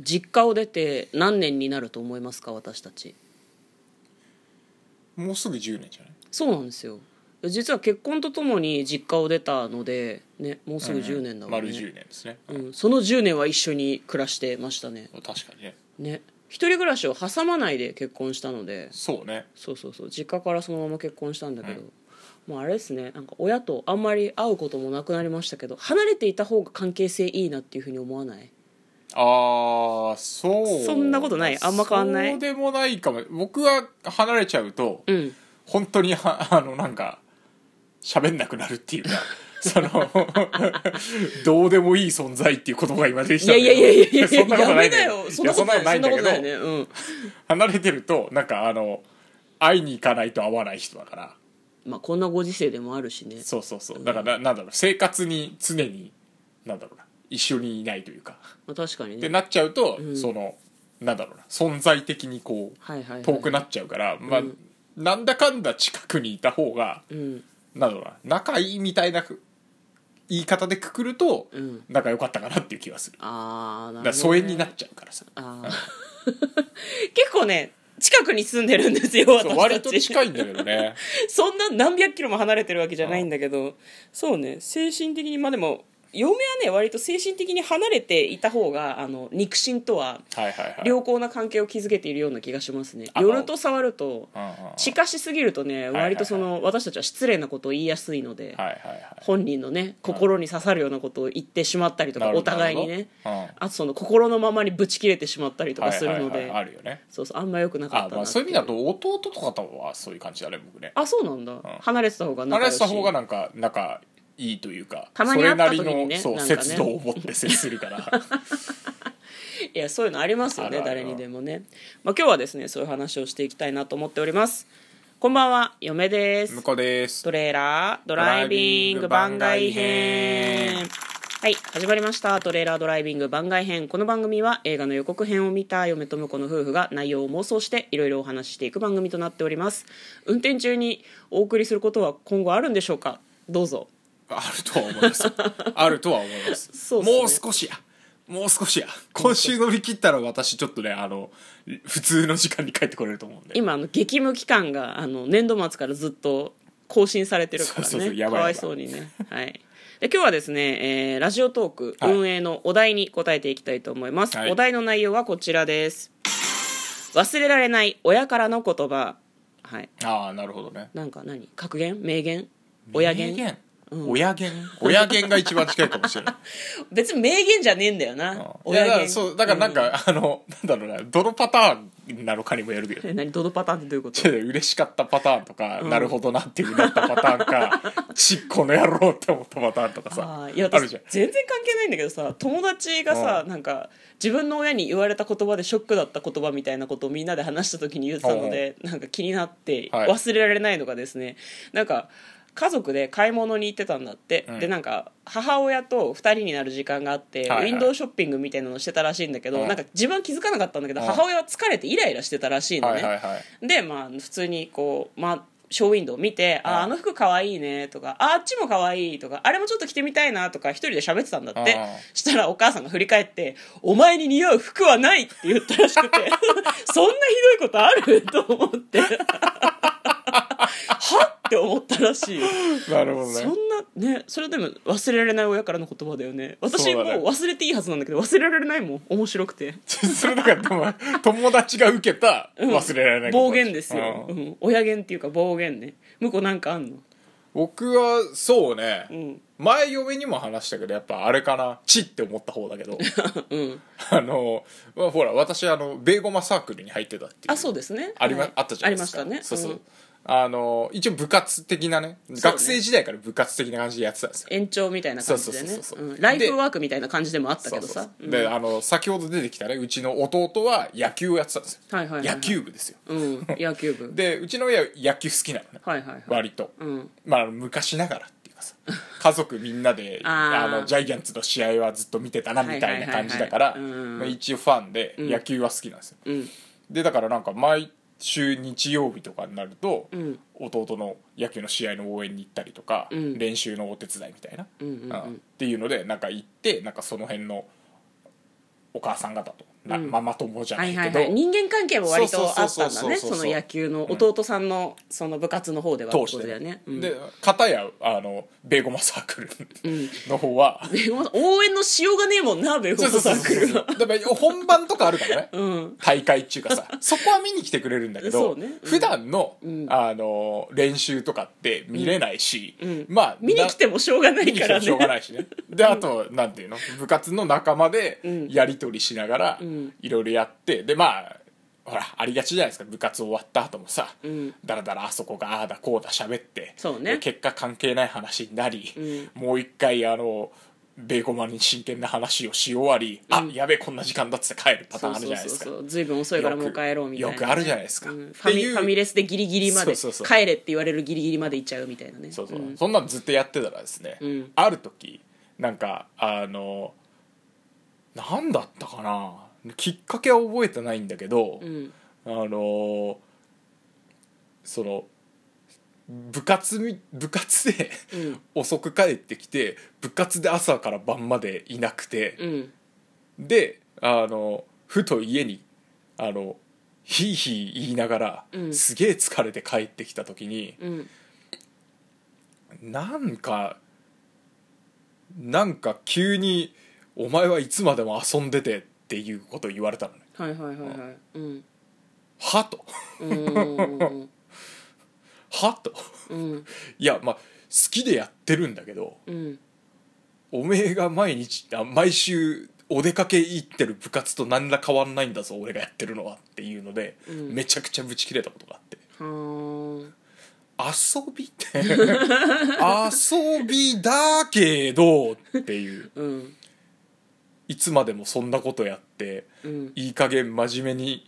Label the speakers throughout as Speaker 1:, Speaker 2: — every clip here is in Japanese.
Speaker 1: 実家を出て何年になると思いますか私たち
Speaker 2: もうすぐ10年じゃない
Speaker 1: そうなんですよ実は結婚とともに実家を出たので、ね、もうすぐ10年だ
Speaker 2: う
Speaker 1: わ
Speaker 2: ん
Speaker 1: ね、
Speaker 2: 丸10年ですね、
Speaker 1: うん、その10年は一緒に暮らしてましたね
Speaker 2: 確かにね
Speaker 1: ね一人暮らしを挟まないで結婚したので
Speaker 2: そうね
Speaker 1: そうそうそう実家からそのまま結婚したんだけど、もうあれですねなんか親とあんまり会うこともなくなりましたけど離れていた方が関係性いいなっていうふうに思わない
Speaker 2: ああそう
Speaker 1: そんなことないあんま変わんない
Speaker 2: そうでもないかも僕は離れちゃうと、
Speaker 1: うん
Speaker 2: 本当にはあのなんか喋んなくなるっ ていうかそのどうでもいい存在っていう言葉が今でき
Speaker 1: い
Speaker 2: た
Speaker 1: や
Speaker 2: んだ
Speaker 1: い
Speaker 2: け
Speaker 1: や
Speaker 2: ど
Speaker 1: いやいやいや
Speaker 2: そんなことないんだけ
Speaker 1: や
Speaker 2: ど
Speaker 1: めそんなことない
Speaker 2: やそんなこと
Speaker 1: そんなこと
Speaker 2: ないんだけど
Speaker 1: ないね
Speaker 2: 離れてるとなんかあの会いに行かないと会わない人だから
Speaker 1: うんまあこんなご時世でもあるしね
Speaker 2: そうそうそうだからななんだろう生活に常になんだろうな一緒にいないというか
Speaker 1: まあ確かに
Speaker 2: って
Speaker 1: ね
Speaker 2: なっちゃうと、
Speaker 1: うん
Speaker 2: そのなんだろうな存在的にこう
Speaker 1: はいはい、はい、
Speaker 2: 遠くなっちゃうから、まあ、
Speaker 1: うん
Speaker 2: なんだかんだ近くにいた方が
Speaker 1: うん
Speaker 2: なんだろうな仲いいみたいなく言い方でくくると、
Speaker 1: うん
Speaker 2: 仲良かったかなっていう気がするだ
Speaker 1: ああな
Speaker 2: か
Speaker 1: るほど、
Speaker 2: ら疎
Speaker 1: ね、
Speaker 2: 遠になっちゃうからさ
Speaker 1: あー 結構ね近くに住んでるんですよ
Speaker 2: そう
Speaker 1: 私
Speaker 2: 割
Speaker 1: た
Speaker 2: と
Speaker 1: ち
Speaker 2: 近いんだけどね
Speaker 1: そんな何百キロも離れてるわけじゃないんだけどそうね精神的にまあでも嫁はね割と精神的に離れていた方があの肉親とは
Speaker 2: はいはい はい
Speaker 1: 良好な関係を築けているような気がしますね
Speaker 2: あ
Speaker 1: 寄ると触ると
Speaker 2: うんうんうん
Speaker 1: 近しすぎるとね
Speaker 2: はい
Speaker 1: 割とその私たちは失礼なことを言いやすいので
Speaker 2: はいはいはい
Speaker 1: 本人のね心に刺さるようなことを言ってしまったりとか
Speaker 2: なるほ
Speaker 1: お
Speaker 2: ど
Speaker 1: 互いにね
Speaker 2: なるほどうん
Speaker 1: あとその心のままにぶち切れてしまったりとかするの
Speaker 2: はいは
Speaker 1: で
Speaker 2: いはいあるよね
Speaker 1: そうそうあんま良くなか
Speaker 2: あ
Speaker 1: っ、たな
Speaker 2: まあ、
Speaker 1: って
Speaker 2: そういう意味だと弟とかとはそういう感じだね僕ね
Speaker 1: あそうなんだ離れてた方が
Speaker 2: あ
Speaker 1: 仲良
Speaker 2: れ
Speaker 1: し
Speaker 2: した方がなんか仲いいというか
Speaker 1: たまに会った時にね
Speaker 2: それな
Speaker 1: なん
Speaker 2: りのそう、
Speaker 1: かね
Speaker 2: 節度を持って接するから
Speaker 1: いやそういうのありますよね
Speaker 2: あるある
Speaker 1: 誰にでもね、まあ、今日はですねそういう話をしていきたいなと思っておりますこんばんは嫁です
Speaker 2: 向こうです
Speaker 1: トレーラードライビング番外編はい始まりましたトレーラードライビング番外編この番組は映画の予告編を見た嫁と婿の夫婦が内容を妄想していろいろお話ししていく番組となっております運転中にお送りすることは今後あるんでしょうかどうぞ
Speaker 2: あるとは思います。あるとは思います。
Speaker 1: そうっすね
Speaker 2: もう少しや。もう少しや。今週乗り切ったら私ちょっとね、あの、普通の時間に帰ってこれると思うんで。
Speaker 1: 今あの激務期間があの年度末からずっと更新されてるからね
Speaker 2: そうそうそうや
Speaker 1: か
Speaker 2: ばいやばい
Speaker 1: わいそうにね、はい、で今日はですね、えーラジオトーク
Speaker 2: はい
Speaker 1: 運営のお題に答えていきたいと思います、
Speaker 2: はい
Speaker 1: お題の内容はこちらです忘れられない親からの言葉はい
Speaker 2: ああ、なるほどね。
Speaker 1: なんか何格言名言親言
Speaker 2: 名親言親言が一番近いかもしれない。
Speaker 1: 別に名言じゃねえんだよな、
Speaker 2: いや
Speaker 1: 親
Speaker 2: だか
Speaker 1: 言
Speaker 2: らそう、だからなんか、あの、なんだろうな、どのパターンなのかにもよるけど。
Speaker 1: え 何どのパターンってどういうこと
Speaker 2: ちょっと嬉しかったパターンとか、なるほどなっていうふうになったパターン か、ちっこの野郎って思ったパターンとかさ、
Speaker 1: あーいや
Speaker 2: ある
Speaker 1: 私
Speaker 2: じゃ
Speaker 1: 全
Speaker 2: ん。
Speaker 1: 然関係ないんだけどさ友達がさ、なんか自分の親に言われた言葉でショックだった言葉みたいなことをみんなで話した時に言ってたので、なんか気になって
Speaker 2: はい
Speaker 1: 忘れられないのがですね、なんか家族で買い物に行ってたんだって、
Speaker 2: うん
Speaker 1: でなんか母親と2人になる時間があって、
Speaker 2: はいはい
Speaker 1: ウィンドウショッピングみたいなのをしてたらしいんだけど、
Speaker 2: うん
Speaker 1: なんか自分は気づかなかったんだけど、
Speaker 2: うん
Speaker 1: 母親は疲れてイライラしてたらしいのね、
Speaker 2: はいはいはい。
Speaker 1: でまあ普通にこうまあショーウィンドウ見て「あ
Speaker 2: うん
Speaker 1: あの服かわいいね」とかあ「あっちもかわいい」とか「あれもちょっと着てみたいな」とか一人で喋ってたんだって
Speaker 2: うん
Speaker 1: したらお母さんが振り返って「お前に似合う服はない」って言ったらし くて「そんなひどいことある?」と思って はって思ったらしい
Speaker 2: なるほどね。
Speaker 1: そんなねそれでも忘れられない親からの言葉だよね私
Speaker 2: そ
Speaker 1: も
Speaker 2: う
Speaker 1: う
Speaker 2: だね
Speaker 1: 忘れていいはずなんだけど忘れられないもん面白くて
Speaker 2: それだからでも友達が受けた
Speaker 1: うん
Speaker 2: 忘れられないこと
Speaker 1: 暴言ですよ、
Speaker 2: う
Speaker 1: うんん、親言っていうか暴言ね向こうなんかあんの
Speaker 2: 僕はそうね、
Speaker 1: うん
Speaker 2: 前嫁にも話したけどやっぱあれかなチって思った方だけど
Speaker 1: うん
Speaker 2: あの、まあ、ほら私あのベーゴマサークルに入ってたっていう
Speaker 1: あそうですね
Speaker 2: ありま、
Speaker 1: はい
Speaker 2: あったじゃないですか
Speaker 1: ありました
Speaker 2: そう
Speaker 1: ね
Speaker 2: そう、
Speaker 1: うん
Speaker 2: あの一応部活的なね
Speaker 1: ね
Speaker 2: 学生時代から部活的な感じでやってたんですよ
Speaker 1: 延長みたいな感じで
Speaker 2: そう
Speaker 1: ね
Speaker 2: そうそうそう
Speaker 1: うんライフワークみたいな感じでもあった
Speaker 2: そ
Speaker 1: け
Speaker 2: う
Speaker 1: ど
Speaker 2: そう
Speaker 1: さ
Speaker 2: そう
Speaker 1: うん
Speaker 2: であの先ほど出てきたねうちの弟は野球をやってたんですよ、
Speaker 1: はいはいはいはい
Speaker 2: 野球部ですよ
Speaker 1: うん野球部
Speaker 2: でうちの親は野球好きなのね、
Speaker 1: はいはいはい
Speaker 2: 割と、
Speaker 1: うん
Speaker 2: まあ、昔ながらっていうかさ 家族みんなで
Speaker 1: あ
Speaker 2: あ
Speaker 1: ー
Speaker 2: のジャイアンツの試合はずっと見てたなみたいな感じだから
Speaker 1: はいはいはいはいうん
Speaker 2: まあ一応ファンで野球は好きなんですよ、
Speaker 1: うん
Speaker 2: でだからなんか毎週日曜日とかになると、
Speaker 1: ん
Speaker 2: 弟の野球の試合の応援に行ったりとか、
Speaker 1: ん
Speaker 2: 練習のお手伝いみたいな、
Speaker 1: うんうんうん
Speaker 2: っていうのでなんか行ってなんかその辺のお母さん方とな
Speaker 1: うん
Speaker 2: ママ友じゃ
Speaker 1: は
Speaker 2: ないい
Speaker 1: はい
Speaker 2: け
Speaker 1: はい、
Speaker 2: ど
Speaker 1: 人間関係も割
Speaker 2: そう
Speaker 1: と
Speaker 2: そ
Speaker 1: あ
Speaker 2: う
Speaker 1: っ
Speaker 2: そ
Speaker 1: たん
Speaker 2: う
Speaker 1: だ
Speaker 2: そう
Speaker 1: ね
Speaker 2: そう
Speaker 1: その野球の弟さんのその部活の方ではってこ
Speaker 2: 通し
Speaker 1: とだよね
Speaker 2: て、
Speaker 1: うん
Speaker 2: で片やあのベーゴマサークル
Speaker 1: うん
Speaker 2: の方 は、
Speaker 1: ベゴマ応援のしようがねえもんなベゴ
Speaker 2: そう
Speaker 1: マ
Speaker 2: そう
Speaker 1: サ
Speaker 2: そう
Speaker 1: ークル
Speaker 2: そう
Speaker 1: は
Speaker 2: だから本番とかあるからね、
Speaker 1: うん
Speaker 2: 大会っていうかさ そこは見に来てくれるんだけ
Speaker 1: そ
Speaker 2: ど、
Speaker 1: うねうん
Speaker 2: 普段の、
Speaker 1: ん
Speaker 2: あの練習とかって見れないし、
Speaker 1: うん
Speaker 2: まあ
Speaker 1: 見に来てもしょうがな
Speaker 2: ない見に
Speaker 1: か
Speaker 2: 来て
Speaker 1: ら
Speaker 2: も
Speaker 1: ね
Speaker 2: しょうがないしねであとなんていうの部活の仲間で
Speaker 1: ん
Speaker 2: やり取りしながら
Speaker 1: ん
Speaker 2: いろいろやってでまあほらありがちじゃないですか部活終わった後もさ、
Speaker 1: うん
Speaker 2: だらだらあそこがああだこうだ喋って
Speaker 1: そうね
Speaker 2: で結果関係ない話になり、
Speaker 1: う
Speaker 2: もう一回あのベーコマンに真剣な話をし終わり、あやべえこんな時間だっつって帰るパターンあるじゃないですか
Speaker 1: そうそうそう随分遅いからもう帰ろうみたいな
Speaker 2: よくあるじゃないですか、
Speaker 1: うんフ
Speaker 2: って
Speaker 1: ァミ
Speaker 2: いう
Speaker 1: ファミレスでギリギリまで
Speaker 2: そうそうそう
Speaker 1: 帰れって言われるギリギリまで行っちゃうみたいなね
Speaker 2: そうそう、
Speaker 1: ん
Speaker 2: そんなのずっとやってたらですね、
Speaker 1: うん
Speaker 2: ある時なんかあのなんだったかなきっかけは覚えてないんだけど、
Speaker 1: うん
Speaker 2: あのその部活み部活で
Speaker 1: うん
Speaker 2: 遅く帰ってきて部活で朝から晩までいなくて
Speaker 1: う、ん
Speaker 2: であのふと家にあのひいひい言いながら、
Speaker 1: うん
Speaker 2: すげえ疲れて帰ってきた時に、
Speaker 1: うん
Speaker 2: なんかなんか急に「お前はいつまでも遊んでて」っていうことを言われたのね
Speaker 1: はいはいはいはいうん
Speaker 2: 「は?」と
Speaker 1: うんうん
Speaker 2: 「は?」と
Speaker 1: うん
Speaker 2: いやまあ好きでやってるんだけど
Speaker 1: うん
Speaker 2: おめえが毎日あ毎週お出かけ行ってる部活と何ら変わんないんだぞ俺がやってるのはっていうので、
Speaker 1: うん
Speaker 2: めちゃくちゃブチ切れたことがあって
Speaker 1: はーん
Speaker 2: 遊びって遊びだけどっていう
Speaker 1: うん
Speaker 2: いつまでもそんなことやって
Speaker 1: うん
Speaker 2: いい加減真面目に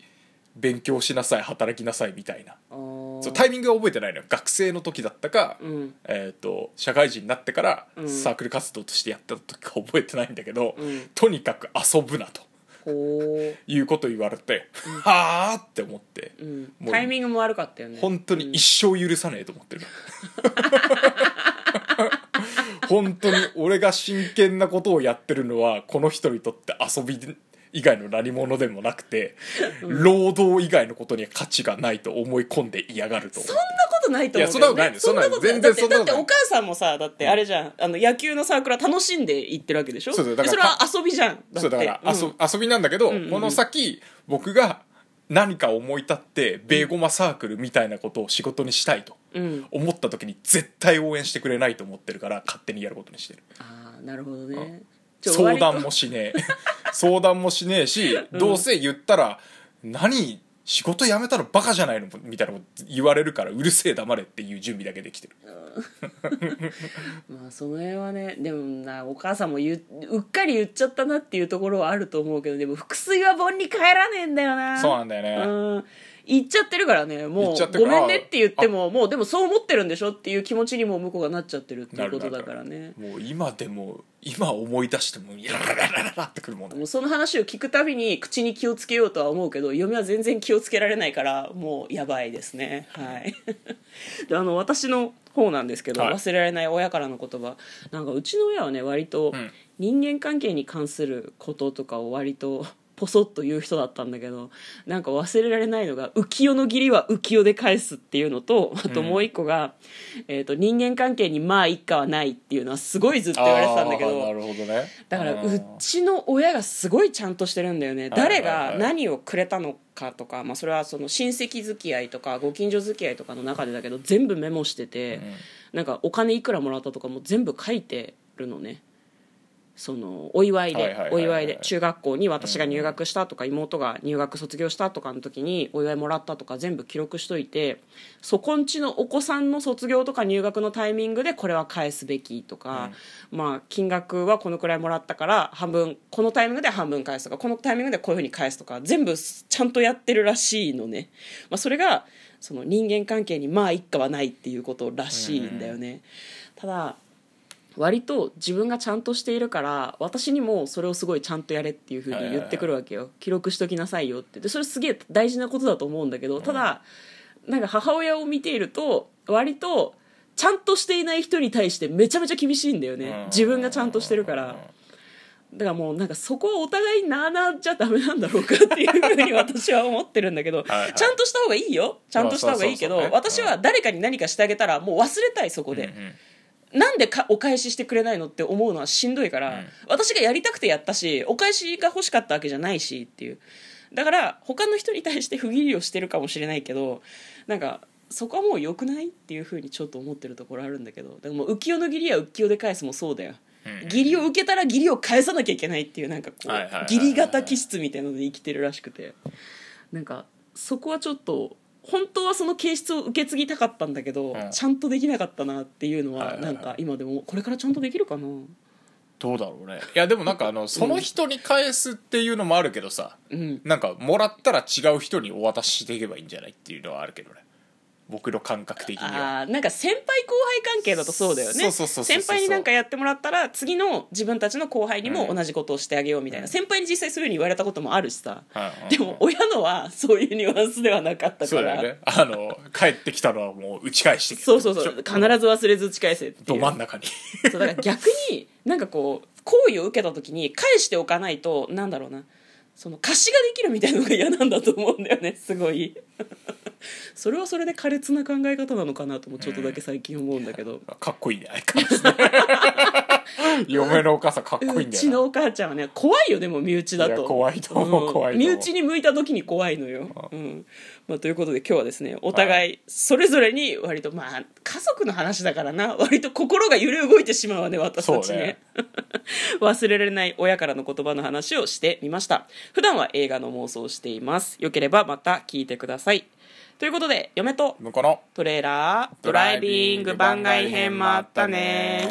Speaker 2: 勉強しなさい働きなさいみたいな
Speaker 1: あー
Speaker 2: そうタイミングは覚えてないのよ学生の時だったか、
Speaker 1: うん
Speaker 2: えー、と社会人になってから
Speaker 1: うん
Speaker 2: サークル活動としてやってた時か覚えてないんだけど、
Speaker 1: うん
Speaker 2: とにかく遊ぶなと
Speaker 1: こ
Speaker 2: いうこと言われて、はあって思って、
Speaker 1: ううん
Speaker 2: もう
Speaker 1: タイミングも悪かったよね
Speaker 2: 本当に一生許さねえと思ってる、 本当に俺が真剣なことをやってるのはこの人にとって遊び以外の何者でもなくて、労働以外のことには価値がないと思い込んで嫌がると思う
Speaker 1: そんなことないと思うけど、ね、
Speaker 2: いやそんな
Speaker 1: だ
Speaker 2: ことないそんなことない全然
Speaker 1: って
Speaker 2: そんなことな
Speaker 1: だ
Speaker 2: い
Speaker 1: ってお母さんもさだってあれじゃん、あの野球のサークルは楽しんで行ってるわけでしょ
Speaker 2: そうそうだから
Speaker 1: れは遊びじゃんだって
Speaker 2: そうだから、
Speaker 1: うん
Speaker 2: 遊遊びなんだけど、
Speaker 1: んうんうん
Speaker 2: この先僕が何か思い立ってベーゴマサークルみたいなことを仕事にしたいと
Speaker 1: うん
Speaker 2: 思った時に絶対応援してくれないと思ってるから勝手にやることにしてる
Speaker 1: ああなるほどねちょ
Speaker 2: 相
Speaker 1: 割
Speaker 2: 談
Speaker 1: と
Speaker 2: もしねえ 相談もしねえし、どうせ言ったら何仕事辞めたらバカじゃないのみたいなこと言われるからうるせえ黙れっていう準備だけできてる
Speaker 1: まあその辺はねでもなお母さんも言ううっかり言っちゃったなっていうところはあると思うけどでも腹水は盆に帰らねえんだよな
Speaker 2: そうなんだよね、
Speaker 1: うん言っちゃってるからね
Speaker 2: 言
Speaker 1: も
Speaker 2: っちゃっ
Speaker 1: う
Speaker 2: てる
Speaker 1: ごめんねって言ってももうでもそう思ってるんでしょっていう気持ちにも向こうがなっちゃってるっていうことだからね
Speaker 2: もう今でも今思い出してもやらららららってくるもんね
Speaker 1: もうその話を聞くたびに口に気をつけようとは思うけど嫁は全然気をつけられないからもうやばいですねはい であの私の方なんですけど、
Speaker 2: はい
Speaker 1: 忘れられない親からの言葉なんかうちの親はね割と
Speaker 2: ん
Speaker 1: 人間関係に関することとかを割と ポソッと言う人だったんだけどなんか忘れられないのが浮世の義理は浮世で返すっていうのとあともう一個が、えー、と人間関係にまあ一家はないっていうのはすごいずっと言われてたんだけ
Speaker 2: あ
Speaker 1: ど
Speaker 2: ーなるほどね
Speaker 1: だから
Speaker 2: うん
Speaker 1: うちの親がすごいちゃんとしてるんだよね
Speaker 2: はいは
Speaker 1: 誰
Speaker 2: いはい
Speaker 1: が何をくれたのかとか、まあ、それはその親戚付き合いとかご近所付き合いとかの中でだけど全部メモしてて、なんかお金いくらもらったとかも全部書いてるのねそのお祝い
Speaker 2: はいはいはい
Speaker 1: で
Speaker 2: はい
Speaker 1: お祝いで中学校に私が入学したとか、妹が入学卒業したとかの時にお祝いもらったとか全部記録しといてそこんちのお子さんの卒業とか入学のタイミングでこれは返すべきとか、まあ金額はこのくらいもらったから半分このタイミングで半分返すとかこのタイミングでこういうふうに返すとか全部ちゃんとやってるらしいのね、まあ、それがその人間関係にまあ一家はないっていうことらしいんだよね。ただ割と自分がちゃんとしているから私にもそれをすごいちゃんとやれっていうふうに言ってくるわけよ記録しときなさいよってでそれすげえ大事なことだと思うんだけどただなんか母親を見ていると割とちゃんとしていない人に対してめちゃめちゃ厳しいんだよね自分がちゃんとしてるからだからもうなんかそこはお互いなあなあじゃダメなんだろうかっていうふうに私は思ってるんだけど
Speaker 2: はいはい
Speaker 1: ちゃんとした方がいいよちゃんとした方がいいけど、
Speaker 2: まあそうそう
Speaker 1: 私
Speaker 2: そうね
Speaker 1: は誰かに何かしてあげたらもう忘れたいそこで、なんでかお返ししてくれないのって思うのはしんどいから、
Speaker 2: うん
Speaker 1: 私がやりたくてやったしお返しが欲しかったわけじゃないしっていうだから他の人に対して不義理をしてるかもしれないけどなんかそこはもう良くないっていうふうにちょっと思ってるところあるんだけどでもう浮世の義理は浮世で返すもそうだよ
Speaker 2: うん
Speaker 1: 義理を受けたら義理を返さなきゃいけないっていうなんかこ
Speaker 2: はいはいはいは
Speaker 1: う
Speaker 2: い
Speaker 1: 義理型気質みたいなので生きてるらしくてなんかそこはちょっと本当はその形質を受け継ぎたかったんだけど、
Speaker 2: うん
Speaker 1: ちゃんとできなかったなっていうの
Speaker 2: はい
Speaker 1: は
Speaker 2: はいは
Speaker 1: ないんか今でもこれからちゃんとできるかな
Speaker 2: どうだろうねいやでもなんかあのその人に返すっていうのもあるけどさ、
Speaker 1: うん
Speaker 2: なんかもらったら違う人にお渡ししていけばいいんじゃないっていうのはあるけどね僕の感覚的には
Speaker 1: あーなんか先輩後輩関係だとそうだよね
Speaker 2: そうそうそうそうそう
Speaker 1: 先輩になんかやってもらったら次の自分たちの後輩にも同じことをしてあげようみたいな、
Speaker 2: うん
Speaker 1: 先輩に実際そういうふうに言われたこともあるしさ、
Speaker 2: うんうん
Speaker 1: でも親のはそういうニュアンスではなかったから
Speaker 2: そうだよねあの帰ってきたのはもう打ち返して
Speaker 1: そうそうそう必ず忘れず打ち返せっていう
Speaker 2: ど真ん中に
Speaker 1: そうだから逆になんかこう好意を受けた時に返しておかないとなんだろうなその貸しができるみたいなのが嫌なんだと思うんだよねすごい それはそれで苛烈な考え方なのかなともちょっとだけ最近思うんだけど、
Speaker 2: かっこ いいね相変わらずね嫁のお母さんかっ
Speaker 1: う
Speaker 2: こいいんだ
Speaker 1: ちの
Speaker 2: よ
Speaker 1: お母ちゃんはね怖いよでも身内だ
Speaker 2: い
Speaker 1: と
Speaker 2: や怖いと思う
Speaker 1: うん
Speaker 2: 怖いと
Speaker 1: 身
Speaker 2: 思う
Speaker 1: 内に向いた時に怖いのよ、うんまあ、ということで今日はですねお互いそれぞれに割とまあ家族の話だからな割と心が揺れ動いてしまうわね私たち
Speaker 2: そう
Speaker 1: ね
Speaker 2: ね
Speaker 1: 忘れられない親からの言葉の話をしてみました普段は映画の妄想をしていますよければまた聞いてくださいということで嫁と
Speaker 2: な向こうの
Speaker 1: トレーラードライビング番外編もあったね